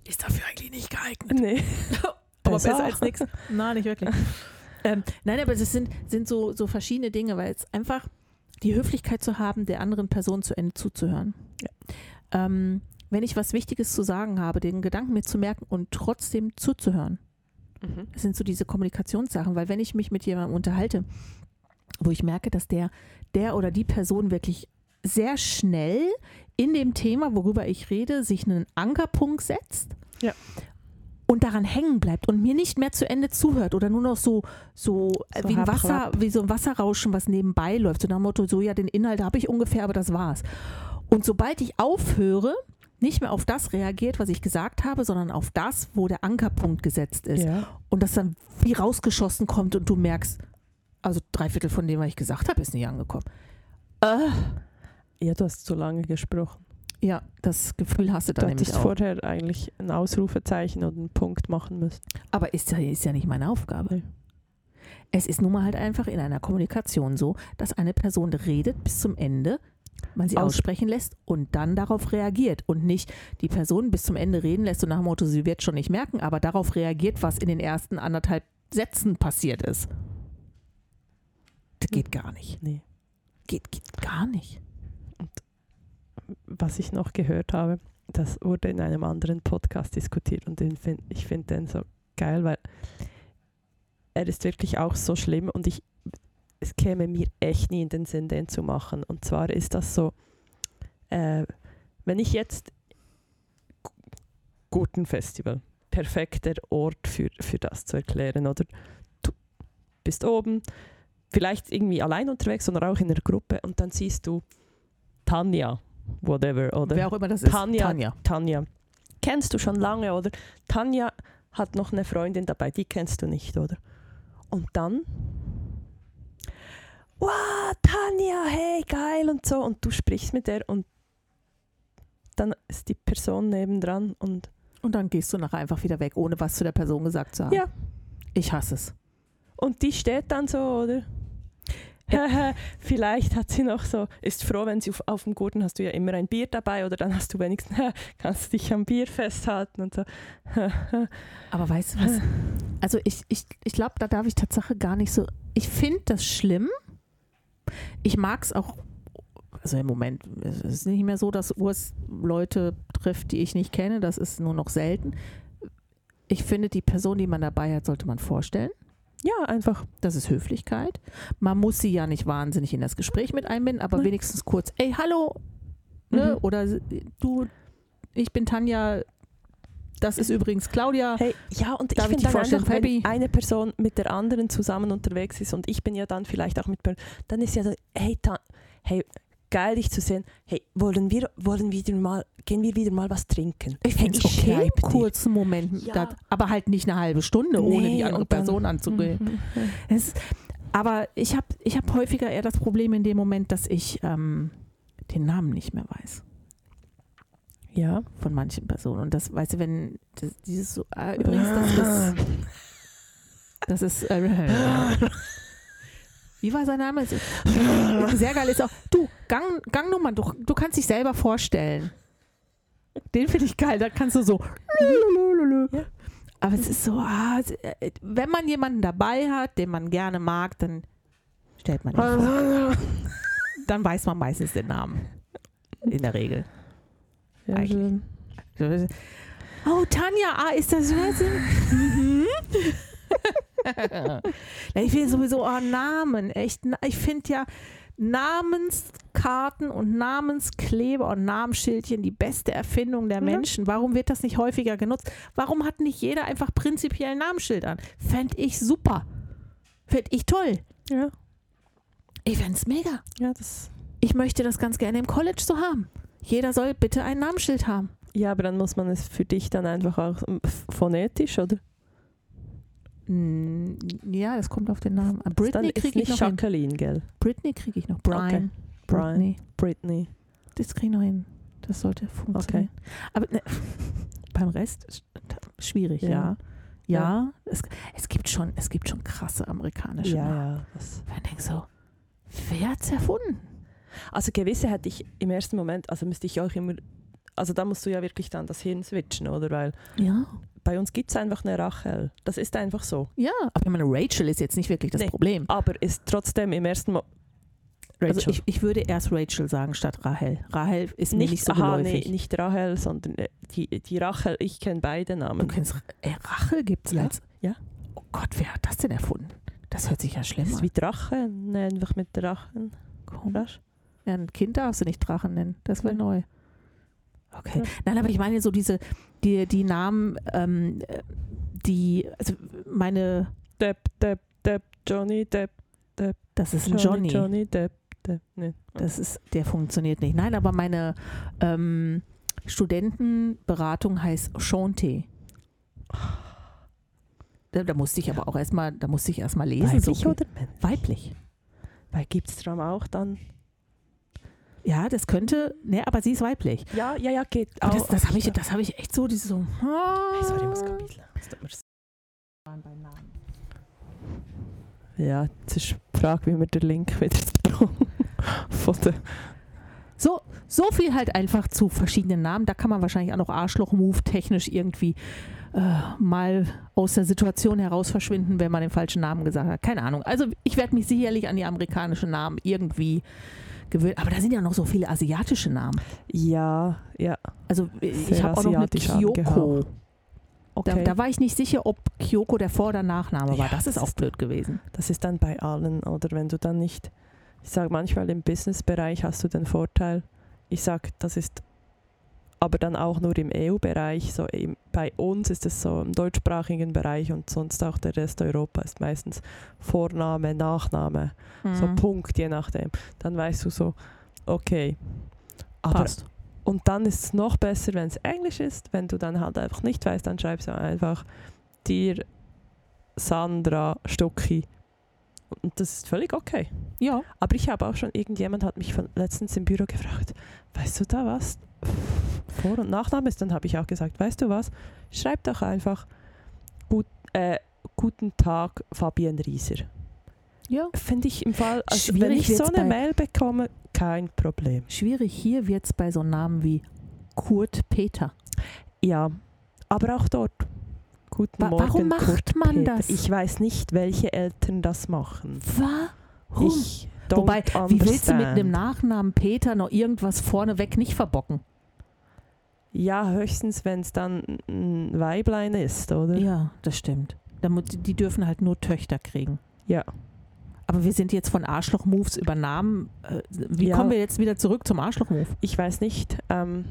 [SPEAKER 1] ist dafür eigentlich nicht geeignet.
[SPEAKER 2] Nee.
[SPEAKER 1] Aber
[SPEAKER 2] Besser.
[SPEAKER 1] besser als nichts. Nein, nicht wirklich. ähm, nein, aber das sind, sind so, so verschiedene Dinge, weil es einfach die Höflichkeit zu haben, der anderen Person zu Ende zuzuhören. Ähm, wenn ich was Wichtiges zu sagen habe, den Gedanken mir zu merken und trotzdem zuzuhören.
[SPEAKER 2] Mhm.
[SPEAKER 1] Das sind so diese Kommunikationssachen, weil wenn ich mich mit jemandem unterhalte, wo ich merke, dass der, der oder die Person wirklich sehr schnell in dem Thema, worüber ich rede, sich einen Ankerpunkt setzt
[SPEAKER 2] Ja.
[SPEAKER 1] und daran hängen bleibt und mir nicht mehr zu Ende zuhört oder nur noch so, so, äh,
[SPEAKER 2] So
[SPEAKER 1] wie, ein
[SPEAKER 2] hab,
[SPEAKER 1] Wasser,
[SPEAKER 2] hab.
[SPEAKER 1] wie so ein Wasserrauschen, was nebenbei läuft. So nach dem Motto, so ja, den Inhalt habe ich ungefähr, aber das war's. Und sobald ich aufhöre, nicht mehr auf das reagiert, was ich gesagt habe, sondern auf das, wo der Ankerpunkt gesetzt ist
[SPEAKER 2] Ja.
[SPEAKER 1] und das dann wie rausgeschossen kommt und du merkst, also drei Viertel von dem, was ich gesagt habe, ist nicht angekommen. Äh,
[SPEAKER 2] ja, du hast zu lange gesprochen.
[SPEAKER 1] ja, das Gefühl hast du
[SPEAKER 2] Du
[SPEAKER 1] dann nämlich
[SPEAKER 2] hättest
[SPEAKER 1] auch.
[SPEAKER 2] vorher eigentlich ein Ausrufezeichen und einen Punkt machen müssen.
[SPEAKER 1] Aber ist ja, ist ja nicht meine Aufgabe.
[SPEAKER 2] Nee.
[SPEAKER 1] Es ist nun mal halt einfach in einer Kommunikation so, dass eine Person redet bis zum Ende, man sie
[SPEAKER 2] Aus-
[SPEAKER 1] aussprechen lässt und dann darauf reagiert und nicht die Person bis zum Ende reden lässt und nach dem Motto, sie wird schon nicht merken, aber darauf reagiert, was in den ersten anderthalb Sätzen passiert ist. Das geht gar nicht.
[SPEAKER 2] Nee.
[SPEAKER 1] Geht, geht gar nicht.
[SPEAKER 2] was ich noch gehört habe, das wurde in einem anderen Podcast diskutiert und den find, ich finde den so geil, weil er ist wirklich auch so schlimm und ich, es käme mir echt nie in den Sinn, den zu machen. Und zwar ist das so, äh, wenn ich jetzt Gu- Gurtenfestival, perfekter Ort für, für das zu erklären, oder du bist oben, vielleicht irgendwie allein unterwegs, sondern auch in einer Gruppe und dann siehst du Tanja, whatever, oder?
[SPEAKER 1] Wer auch immer das ist.
[SPEAKER 2] Tanja.
[SPEAKER 1] Tanja.
[SPEAKER 2] Tanja. Kennst du schon lange, oder? Tanja hat noch eine Freundin dabei, die kennst du nicht, oder? Und dann. Wow, Tanja, hey, geil und so. Und du sprichst mit der und dann ist die Person nebendran und
[SPEAKER 1] Und dann gehst du nachher einfach wieder weg, ohne was zu der Person gesagt zu haben.
[SPEAKER 2] Ja.
[SPEAKER 1] Ich hasse es.
[SPEAKER 2] Und die steht dann so, oder? Haha, Vielleicht hat sie noch so, ist froh, wenn sie auf, auf dem Gurten hast du ja immer ein Bier dabei oder dann hast du wenigstens, kannst dich am Bier festhalten und so.
[SPEAKER 1] Aber weißt du was? Also ich, ich, ich glaube, da darf ich Tatsache gar nicht so. Ich finde das schlimm. Ich mag es auch. Also im Moment ist es ist nicht mehr so, dass Urs Leute trifft, die ich nicht kenne. Das ist nur noch selten. Ich finde, die Person, die man dabei hat, sollte man vorstellen.
[SPEAKER 2] Ja, einfach.
[SPEAKER 1] Das ist Höflichkeit. Man muss sie ja nicht wahnsinnig in das Gespräch mit einbinden, aber
[SPEAKER 2] Nein.
[SPEAKER 1] wenigstens kurz, ey, hallo, ne?
[SPEAKER 2] Mhm.
[SPEAKER 1] oder du, ich bin Tanja, das ist übrigens Claudia.
[SPEAKER 2] Hey, ja, und
[SPEAKER 1] Darf ich
[SPEAKER 2] ich
[SPEAKER 1] dich
[SPEAKER 2] finde dann
[SPEAKER 1] vorstellen,
[SPEAKER 2] einfach,
[SPEAKER 1] Fabi?
[SPEAKER 2] wenn eine Person mit der anderen zusammen unterwegs ist und ich bin ja dann vielleicht auch mit, dann ist ja so, hey, Tan hey, geil dich zu sehen. Hey, wollen wir, wollen wieder mal, gehen wir wieder mal was trinken? hey,
[SPEAKER 1] find's okay,
[SPEAKER 2] schreib dir.
[SPEAKER 1] kurzen Moment,
[SPEAKER 2] Ja.
[SPEAKER 1] da- aber halt nicht eine halbe Stunde, ohne
[SPEAKER 2] Nee,
[SPEAKER 1] die andere
[SPEAKER 2] und dann- Mhm,
[SPEAKER 1] Person anzugehen. Es ist- aber ich habe ich hab häufiger eher das Problem in dem Moment, dass ich ähm, den Namen nicht mehr weiß
[SPEAKER 2] Ja.
[SPEAKER 1] von manchen Personen. Und das, weißt du, wenn das, dieses so, ah, übrigens, das ist, das ist äh, wie war sein Name? Es ist- Sehr geil ist auch, du, Gang, Gangnummer, du, du kannst dich selber vorstellen. Den finde ich geil, da kannst du so.
[SPEAKER 2] Ja.
[SPEAKER 1] Aber es ist so, ah, es- äh, wenn man jemanden dabei hat, den man gerne mag, dann stellt man ihn
[SPEAKER 2] Ah.
[SPEAKER 1] vor. Dann weiß man meistens den Namen. In der Regel.
[SPEAKER 2] ja,
[SPEAKER 1] Eigentlich.
[SPEAKER 2] schön.
[SPEAKER 1] Oh, Tanja, ah, ist das mhm. Na, Ich will sowieso oh, Namen, echt. na- Ich finde ja Namenskarten und Namenskleber und Namensschildchen die beste Erfindung der
[SPEAKER 2] Mhm.
[SPEAKER 1] Menschen. Warum wird das nicht häufiger genutzt? Warum hat nicht jeder einfach prinzipiell ein Namensschild an? Fände ich super. Fände ich toll.
[SPEAKER 2] Ja,
[SPEAKER 1] Ich fände es mega.
[SPEAKER 2] ja, das.
[SPEAKER 1] Ich möchte das ganz gerne im College so haben. Jeder soll bitte ein Namensschild haben.
[SPEAKER 2] Ja, aber dann muss man es für dich dann einfach auch ähm, ph- phonetisch, oder?
[SPEAKER 1] Mm, Ja, das kommt auf den Namen. an.
[SPEAKER 2] dann
[SPEAKER 1] Britney
[SPEAKER 2] ist
[SPEAKER 1] kriege ich
[SPEAKER 2] nicht
[SPEAKER 1] noch hin.
[SPEAKER 2] Jacqueline, gell?
[SPEAKER 1] Britney kriege ich noch. Brian.
[SPEAKER 2] Brian.
[SPEAKER 1] Britney.
[SPEAKER 2] Britney.
[SPEAKER 1] Das kriege ich noch hin. Das sollte funktionieren. Aber ne, beim Rest ist schwierig, ja.
[SPEAKER 2] Ja.
[SPEAKER 1] Ja, Es, es, gibt schon, es gibt schon krasse amerikanische Namen.
[SPEAKER 2] ja. Das.
[SPEAKER 1] Wenn ich denke so, wer hat's erfunden?
[SPEAKER 2] Also gewisse hätte ich im ersten Moment, also müsste ich auch immer also da musst du ja wirklich dann das Hirn switchen, oder? Weil
[SPEAKER 1] Ja.
[SPEAKER 2] bei uns gibt es einfach eine Rachel. Das ist einfach so.
[SPEAKER 1] Ja, aber ich meine, Rachel ist jetzt nicht wirklich das
[SPEAKER 2] Nee.
[SPEAKER 1] Problem.
[SPEAKER 2] Aber ist trotzdem im ersten Moment
[SPEAKER 1] Also ich, ich würde erst Rachel sagen statt Rahel. Rahel ist mir
[SPEAKER 2] nicht,
[SPEAKER 1] nicht so
[SPEAKER 2] aha,
[SPEAKER 1] geläufig.
[SPEAKER 2] nee, nicht Rachel, sondern äh, die, die Rachel, ich kenne beide Namen.
[SPEAKER 1] Du kennst Ra- äh, Rachel gibt's
[SPEAKER 2] Hm. Ja,
[SPEAKER 1] als.
[SPEAKER 2] ja.
[SPEAKER 1] Oh Gott, wer hat das denn erfunden? Das hört sich ja schlimm
[SPEAKER 2] Das ist
[SPEAKER 1] an.
[SPEAKER 2] wie Drachen, ne, einfach mit Drachen.
[SPEAKER 1] Oh.
[SPEAKER 2] Komisch.
[SPEAKER 1] Ja, ein Kind darfst du nicht Drachen nennen. Das wäre
[SPEAKER 2] Ja.
[SPEAKER 1] neu. Okay.
[SPEAKER 2] Ja.
[SPEAKER 1] Nein, aber ich meine so diese, die, die Namen, ähm, äh, die, also meine,
[SPEAKER 2] Depp, Depp, Depp, Johnny, Depp,
[SPEAKER 1] das ist ein
[SPEAKER 2] Johnny,
[SPEAKER 1] Johnny.
[SPEAKER 2] Johnny, Depp, Depp. ne. Nee.
[SPEAKER 1] Das ist, der funktioniert nicht. Nein, aber meine ähm, Studentenberatung heißt Shante.
[SPEAKER 2] Ah.
[SPEAKER 1] Da, da musste ich aber auch erstmal, da musste ich erstmal lesen. so
[SPEAKER 2] Weiblich
[SPEAKER 1] viel.
[SPEAKER 2] oder männlich?
[SPEAKER 1] Weiblich.
[SPEAKER 2] Weil gibt es Drama auch dann?
[SPEAKER 1] Ja, das könnte, ne, aber sie ist weiblich.
[SPEAKER 2] Ja, ja, Oh, ja, geht.
[SPEAKER 1] Aber das
[SPEAKER 2] auch.
[SPEAKER 1] das habe ich, das hab ich echt so, dieses so. "Ah."
[SPEAKER 2] Hey, sorry, ich muss kapiteln. Es tut mir so- Ja, jetzt ist die Frage, wie wir den Link wieder bekommen. Von der
[SPEAKER 1] So, so viel halt einfach zu verschiedenen Namen. Da kann man wahrscheinlich auch noch Arschloch-Move technisch irgendwie äh, mal aus der Situation heraus verschwinden, wenn man den falschen Namen gesagt hat. Keine Ahnung. Also ich werde mich sicherlich an die amerikanischen Namen irgendwie gewöhnen. Aber da sind ja noch so viele asiatische Namen.
[SPEAKER 2] ja, ja,
[SPEAKER 1] Also äh, ich
[SPEAKER 2] Sehr
[SPEAKER 1] habe auch noch eine
[SPEAKER 2] asiatisch
[SPEAKER 1] Kyoko.
[SPEAKER 2] angehaucht. okay.
[SPEAKER 1] Da, da war ich nicht sicher, ob Kyoko der Vor- oder Nachname war.
[SPEAKER 2] Ja,
[SPEAKER 1] das ist
[SPEAKER 2] das
[SPEAKER 1] auch blöd gewesen.
[SPEAKER 2] Das ist dann bei allen, oder wenn du dann nicht, ich sage manchmal im Businessbereich hast du den Vorteil, ich sage, das ist aber dann auch nur im EU-Bereich, so im, bei uns ist es so im deutschsprachigen Bereich und sonst auch der Rest Europa ist meistens Vorname, Nachname, so
[SPEAKER 1] Mhm.
[SPEAKER 2] Punkt, je nachdem. Dann weißt du so, okay. Aber,
[SPEAKER 1] Passt.
[SPEAKER 2] und dann ist es noch besser, wenn es Englisch ist, wenn du dann halt einfach nicht weißt, dann schreibst du einfach dir Sandra Stucki. Und das ist völlig okay.
[SPEAKER 1] Ja.
[SPEAKER 2] Aber ich habe auch schon, irgendjemand hat mich von, letztens im Büro gefragt, weißt du da was? Vor- und Nachname ist, dann habe ich auch gesagt, weißt du was? Schreib doch einfach gut, äh, Guten Tag, Fabian Rieser.
[SPEAKER 1] ja.
[SPEAKER 2] Finde ich im Fall, also wenn
[SPEAKER 1] Schwierig
[SPEAKER 2] ich so
[SPEAKER 1] wird's
[SPEAKER 2] eine
[SPEAKER 1] bei-
[SPEAKER 2] Mail bekomme, kein Problem.
[SPEAKER 1] Schwierig hier wird es bei so Namen wie Kurt Peter.
[SPEAKER 2] Ja, aber auch dort. Guten
[SPEAKER 1] Wa-
[SPEAKER 2] Morgen,
[SPEAKER 1] warum macht
[SPEAKER 2] Kurt
[SPEAKER 1] man
[SPEAKER 2] Peter.
[SPEAKER 1] das?
[SPEAKER 2] Ich weiß nicht, welche Eltern das machen.
[SPEAKER 1] Warum?
[SPEAKER 2] Ich don't
[SPEAKER 1] Wobei, wie willst du mit
[SPEAKER 2] understand.
[SPEAKER 1] einem Nachnamen Peter noch irgendwas vorneweg nicht verbocken?
[SPEAKER 2] Ja, höchstens, wenn es dann ein Weiblein ist, oder?
[SPEAKER 1] Ja, das stimmt. Damit, die dürfen halt nur Töchter kriegen.
[SPEAKER 2] Ja.
[SPEAKER 1] Aber wir sind jetzt von Arschloch-Moves über Namen. äh, Wie
[SPEAKER 2] Ja.
[SPEAKER 1] kommen wir jetzt wieder zurück zum Arschloch-Move?
[SPEAKER 2] Ich weiß nicht. Ähm,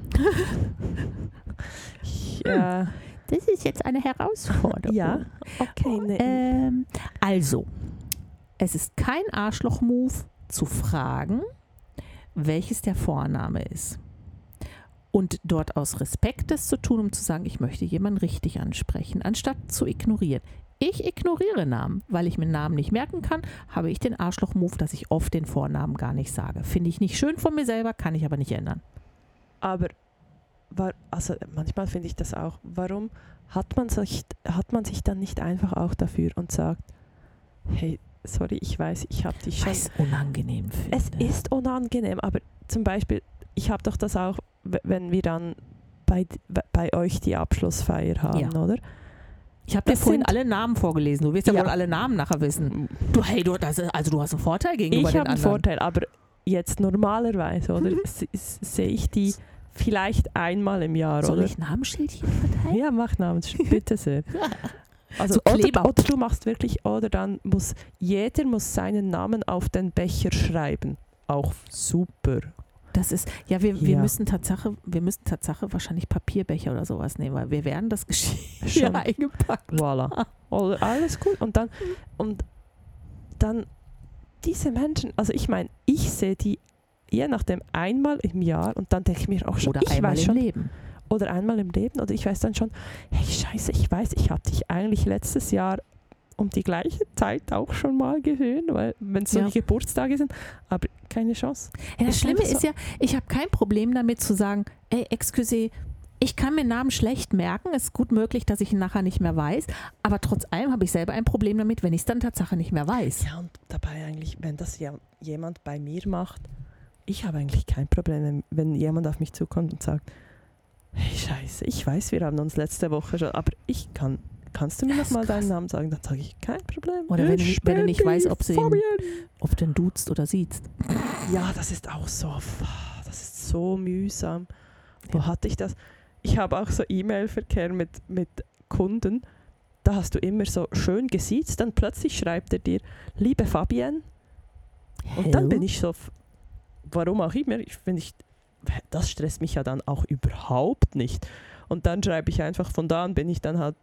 [SPEAKER 2] ich,
[SPEAKER 1] Hm.
[SPEAKER 2] äh,
[SPEAKER 1] Das ist jetzt eine Herausforderung.
[SPEAKER 2] ja, okay. ne, Nee.
[SPEAKER 1] Ähm, also, es ist kein Arschloch-Move zu fragen, welches der Vorname ist. Und dort aus Respekt das zu tun, um zu sagen, ich möchte jemanden richtig ansprechen, anstatt zu ignorieren. Ich ignoriere Namen, weil ich mir Namen nicht merken kann, habe ich den Arschloch-Move, dass ich oft den Vornamen gar nicht sage. Finde ich nicht schön von mir selber, kann ich aber nicht ändern.
[SPEAKER 2] Aber war, also manchmal finde ich das auch. Warum hat man, sich, hat man sich dann nicht einfach auch dafür und sagt, hey, sorry, ich weiß, ich habe dich schon
[SPEAKER 1] Was ich unangenehm finde.
[SPEAKER 2] Es ist unangenehm, aber zum Beispiel, ich habe doch das auch, w- wenn wir dann bei, d- bei euch die Abschlussfeier haben,
[SPEAKER 1] Ja.
[SPEAKER 2] oder?
[SPEAKER 1] ich habe dir
[SPEAKER 2] das
[SPEAKER 1] vorhin
[SPEAKER 2] sind-
[SPEAKER 1] alle Namen vorgelesen. Du wirst ja,
[SPEAKER 2] Ja.
[SPEAKER 1] wohl alle Namen nachher wissen. Du, hey, du, das, ist- also du hast einen Vorteil
[SPEAKER 2] Ich
[SPEAKER 1] gegenüber
[SPEAKER 2] habe
[SPEAKER 1] den
[SPEAKER 2] einen
[SPEAKER 1] anderen.
[SPEAKER 2] Vorteil, aber jetzt normalerweise, oder? s- s- Sehe ich die vielleicht einmal im Jahr,
[SPEAKER 1] Soll
[SPEAKER 2] oder?
[SPEAKER 1] ich Namensschildchen verteilen?
[SPEAKER 2] Ja, mach Namensschutz, bitte sehr. Also
[SPEAKER 1] So
[SPEAKER 2] oder,
[SPEAKER 1] Kleber.
[SPEAKER 2] oder du machst wirklich, oder dann muss jeder muss seinen Namen auf den Becher schreiben. Auch super.
[SPEAKER 1] Das ist, ja, wir, wir
[SPEAKER 2] Ja.
[SPEAKER 1] müssen Tatsache, wir müssen Tatsache wahrscheinlich Papierbecher oder sowas nehmen, weil wir werden das Geschirr
[SPEAKER 2] Schon.
[SPEAKER 1] eingepackt.
[SPEAKER 2] Voilà. Oder Ah, oh, alles gut. Und dann, und dann diese Menschen, also ich meine, ich sehe die je nachdem einmal im Jahr und dann denke ich mir auch schon,
[SPEAKER 1] Oder
[SPEAKER 2] ich
[SPEAKER 1] einmal
[SPEAKER 2] weiß
[SPEAKER 1] im
[SPEAKER 2] schon,
[SPEAKER 1] Leben.
[SPEAKER 2] oder einmal im Leben oder ich weiß dann schon, hey Scheiße, ich weiß, ich habe dich eigentlich letztes Jahr um die gleiche Zeit auch schon mal gesehen, weil wenn es so
[SPEAKER 1] Ja.
[SPEAKER 2] die Geburtstage sind, aber keine Chance.
[SPEAKER 1] Ja, das
[SPEAKER 2] Ist
[SPEAKER 1] Schlimme
[SPEAKER 2] einfach so.
[SPEAKER 1] ist ja, ich habe kein Problem damit zu sagen, ey, excusez, ich kann mir Namen schlecht merken, es ist gut möglich, dass ich ihn nachher nicht mehr weiß, aber trotz allem habe ich selber ein Problem damit, wenn ich es dann Tatsache nicht mehr weiß.
[SPEAKER 2] Ja, und dabei eigentlich, wenn das ja jemand bei mir macht, ich habe eigentlich kein Problem, wenn, wenn jemand auf mich zukommt und sagt, Hey, scheiße, ich weiß, wir haben uns letzte Woche schon, aber ich kann. Kannst du mir
[SPEAKER 1] Das ist
[SPEAKER 2] nochmal deinen
[SPEAKER 1] krass.
[SPEAKER 2] Namen sagen? Dann sage ich, kein Problem.
[SPEAKER 1] Oder wenn du nicht- wenn du nicht
[SPEAKER 2] Steffi
[SPEAKER 1] weißt, ob sie ihn-
[SPEAKER 2] Fabian.
[SPEAKER 1] Ob du ihn duzt oder siehst.
[SPEAKER 2] Ja, das ist auch so. ah, Das ist so mühsam. Wo
[SPEAKER 1] Ja.
[SPEAKER 2] hatte ich das? Ich habe auch so E-Mail-Verkehr mit, mit Kunden. Da hast du immer so schön gesiezt, dann plötzlich schreibt er dir, liebe Fabienne. Und dann
[SPEAKER 1] Hm.
[SPEAKER 2] bin ich so, f- warum auch immer, ich, wenn ich, das stresst mich ja dann auch überhaupt nicht. Und dann schreibe ich einfach, von da an bin ich dann halt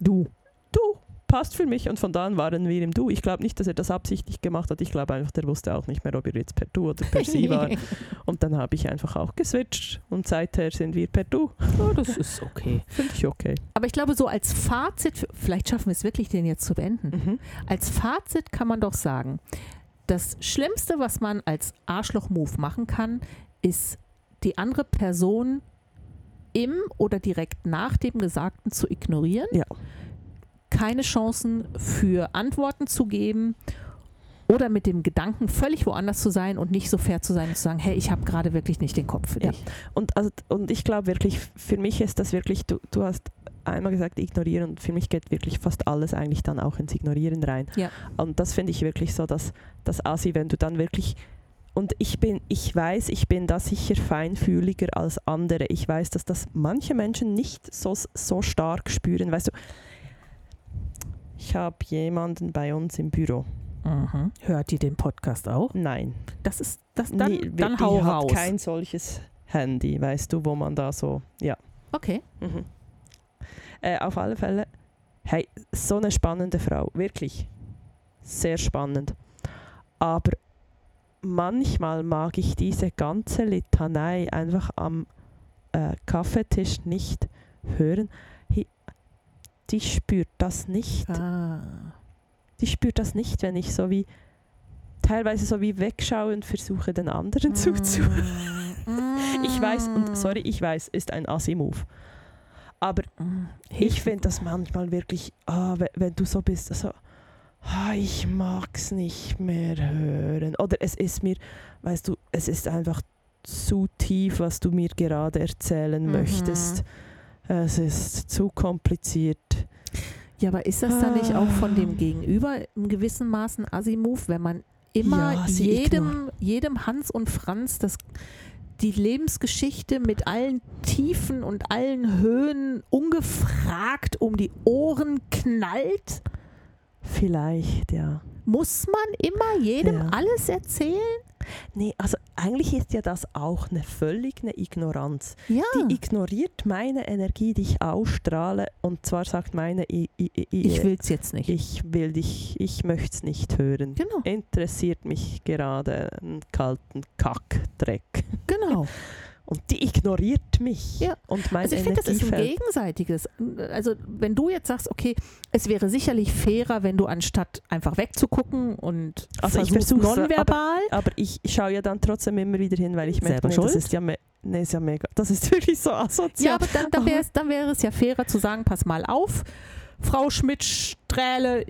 [SPEAKER 1] du.
[SPEAKER 2] du, passt für mich. Und von da an waren wir im Du. Ich glaube nicht, dass er das absichtlich gemacht hat. Ich glaube einfach, der wusste auch nicht mehr, ob er jetzt per Du oder per Sie war. Und dann habe ich einfach auch geswitcht. Und seither sind wir per Du.
[SPEAKER 1] Ja, das ist okay.
[SPEAKER 2] Finde ich okay.
[SPEAKER 1] Aber ich glaube, so als Fazit, für- vielleicht schaffen wir es wirklich, den jetzt zu beenden. Als Fazit kann man doch sagen, das Schlimmste, was man als Arschloch-Move machen kann, ist, die andere Person im oder direkt nach dem Gesagten zu ignorieren,
[SPEAKER 2] Ja.
[SPEAKER 1] keine Chancen für Antworten zu geben oder mit dem Gedanken völlig woanders zu sein und nicht so fair zu sein und zu sagen, hey, ich habe gerade wirklich nicht den Kopf für
[SPEAKER 2] Ja.
[SPEAKER 1] dich.
[SPEAKER 2] Und, also, und ich glaube wirklich, für mich ist das wirklich, du, du hast einmal gesagt, ignorieren. Und für mich geht wirklich fast alles eigentlich dann auch ins Ignorieren rein.
[SPEAKER 1] Ja.
[SPEAKER 2] Und das finde ich wirklich so, dass das Asi, wenn du dann wirklich. Und ich bin, ich weiß, ich bin da sicher feinfühliger als andere. Ich weiß, dass das manche Menschen nicht so, so stark spüren. Weißt du, ich habe jemanden bei uns im Büro.
[SPEAKER 1] Mhm. Hört ihr den Podcast auch?
[SPEAKER 2] Nein.
[SPEAKER 1] Das ist, das, dann,
[SPEAKER 2] Nee,
[SPEAKER 1] dann
[SPEAKER 2] die
[SPEAKER 1] hau
[SPEAKER 2] hat
[SPEAKER 1] raus.
[SPEAKER 2] kein solches Handy, weißt du, wo man da so, ja.
[SPEAKER 1] Okay.
[SPEAKER 2] Mhm. Äh, auf alle Fälle, hey, so eine spannende Frau, wirklich. Sehr spannend. Aber manchmal mag ich diese ganze Litanei einfach am äh, Kaffeetisch nicht hören. Hi- Die spürt das nicht
[SPEAKER 1] Ah.
[SPEAKER 2] die spürt das nicht, wenn ich so wie teilweise so wie wegschaue und versuche den anderen zuzuhören. Ich weiß und sorry, ich weiß, ist ein assi Move. Aber ich finde das manchmal wirklich, ah, we- wenn du so bist, so ah, ich mag's nicht mehr hören oder es ist mir, weißt du, es ist einfach zu tief, was du mir gerade erzählen
[SPEAKER 1] Mhm.
[SPEAKER 2] möchtest. Es ist zu kompliziert.
[SPEAKER 1] Ja, aber ist das dann nicht auch von dem
[SPEAKER 2] Ah.
[SPEAKER 1] Gegenüber im gewissen Maßen Asimov, wenn man immer
[SPEAKER 2] Ja, sie
[SPEAKER 1] jedem, jedem Hans und Franz das, die Lebensgeschichte mit allen Tiefen und allen Höhen ungefragt um die Ohren knallt?
[SPEAKER 2] Vielleicht, ja.
[SPEAKER 1] Muss man immer jedem
[SPEAKER 2] Ja.
[SPEAKER 1] alles erzählen?
[SPEAKER 2] Nee, also eigentlich ist ja das auch eine völlig eine Ignoranz.
[SPEAKER 1] Ja.
[SPEAKER 2] Die ignoriert meine Energie, die ich ausstrahle und zwar sagt meine I, I, I, I,
[SPEAKER 1] ich will's jetzt nicht.
[SPEAKER 2] ich will dich, ich möchte es nicht hören.
[SPEAKER 1] Genau,
[SPEAKER 2] Interessiert mich gerade einen kalten Kackdreck.
[SPEAKER 1] genau.
[SPEAKER 2] Und die ignoriert mich
[SPEAKER 1] Ja.
[SPEAKER 2] und mein
[SPEAKER 1] Also ich finde, das ist ein
[SPEAKER 2] Energiefeld.
[SPEAKER 1] gegenseitiges. Also wenn du jetzt sagst, okay, es wäre sicherlich fairer, wenn du anstatt einfach wegzugucken und
[SPEAKER 2] Also ich
[SPEAKER 1] versuchst
[SPEAKER 2] versuch's, aber-
[SPEAKER 1] nonverbal.
[SPEAKER 2] Aber ich schaue ja dann trotzdem immer wieder hin, weil ich merke,
[SPEAKER 1] Selber
[SPEAKER 2] nee, das
[SPEAKER 1] schuld?
[SPEAKER 2] ist ja, me nee, ist ja mega. Das ist wirklich so asozial.
[SPEAKER 1] Ja, aber dann, dann, wär's, dann wäre es ja fairer zu sagen, pass mal auf, Frau Schmidt-Strähle,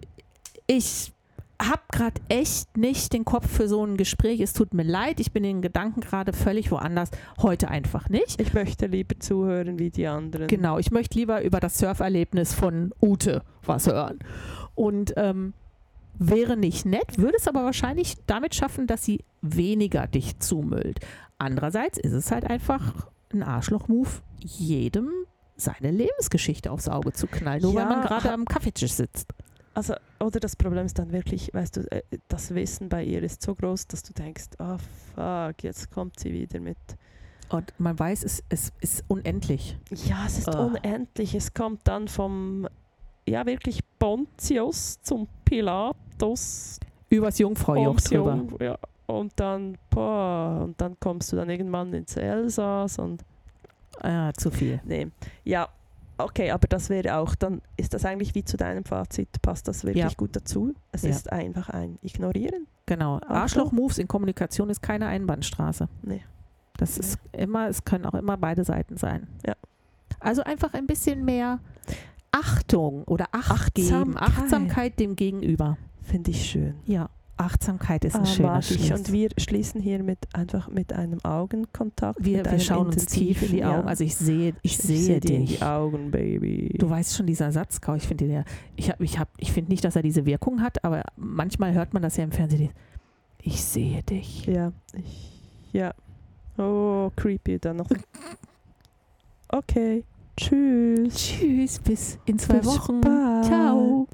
[SPEAKER 1] ich habe gerade echt nicht den Kopf für so ein Gespräch. Es tut mir leid, ich bin in den Gedanken gerade völlig woanders. Heute einfach nicht.
[SPEAKER 2] Ich möchte lieber zuhören wie die anderen.
[SPEAKER 1] Genau, ich möchte lieber über das Surferlebnis von Ute was hören. Und ähm, wäre nicht nett, würde es aber wahrscheinlich damit schaffen, dass sie weniger dich zumüllt. Andererseits ist es halt einfach ein Arschloch-Move, jedem seine Lebensgeschichte aufs Auge zu knallen, nur
[SPEAKER 2] Ja,
[SPEAKER 1] weil man gerade
[SPEAKER 2] ha-
[SPEAKER 1] am Kaffeetisch sitzt.
[SPEAKER 2] Also, oder das Problem ist dann wirklich, weißt du, äh, das Wissen bei ihr ist so groß, dass du denkst, ah fuck, jetzt kommt sie wieder mit.
[SPEAKER 1] Und man weiß, es, es ist unendlich.
[SPEAKER 2] Ja, es ist
[SPEAKER 1] Ah.
[SPEAKER 2] unendlich. Es kommt dann vom, ja wirklich Pontius zum Pilatus.
[SPEAKER 1] Übers Jungfraujoch
[SPEAKER 2] ums
[SPEAKER 1] drüber.
[SPEAKER 2] Jung- ja, und dann, boah, und dann kommst du dann irgendwann ins Elsass und,
[SPEAKER 1] Ah, zu viel.
[SPEAKER 2] nee. Ja, okay, aber das wäre auch, dann ist das eigentlich wie zu deinem Fazit, passt das wirklich gut dazu? Es
[SPEAKER 1] Ja.
[SPEAKER 2] ist einfach ein Ignorieren.
[SPEAKER 1] Genau. Arschloch-Moves in Kommunikation ist keine Einbahnstraße.
[SPEAKER 2] Nee.
[SPEAKER 1] Das ist immer, es können auch immer beide Seiten sein.
[SPEAKER 2] Ja.
[SPEAKER 1] Also einfach ein bisschen mehr Achtung oder Acht geben,
[SPEAKER 2] Achtsamkeit.
[SPEAKER 1] Achtsamkeit dem Gegenüber.
[SPEAKER 2] Finde ich schön.
[SPEAKER 1] Ja. Achtsamkeit ist ein
[SPEAKER 2] Ah,
[SPEAKER 1] schöner
[SPEAKER 2] mag ich.
[SPEAKER 1] Schluss.
[SPEAKER 2] Und wir schließen hiermit einfach mit einem Augenkontakt.
[SPEAKER 1] wir
[SPEAKER 2] mit
[SPEAKER 1] wir
[SPEAKER 2] einem
[SPEAKER 1] schauen uns tief in die
[SPEAKER 2] intensiven,
[SPEAKER 1] Augen.
[SPEAKER 2] ja.
[SPEAKER 1] Also ich sehe, ich, sehe,
[SPEAKER 2] dir in die
[SPEAKER 1] dich.
[SPEAKER 2] Augen, Baby.
[SPEAKER 1] Du weißt schon, dieser Satz, Kau, ich finde den ja, ich, hab, ich, hab, ich finde nicht, dass er diese Wirkung hat, aber manchmal hört man das ja im Fernsehen. Ich sehe dich.
[SPEAKER 2] ja, ich, ja. Oh, creepy dann noch. Okay, tschüss.
[SPEAKER 1] Tschüss, bis in zwei
[SPEAKER 2] Bis
[SPEAKER 1] Wochen.
[SPEAKER 2] bald.
[SPEAKER 1] Ciao.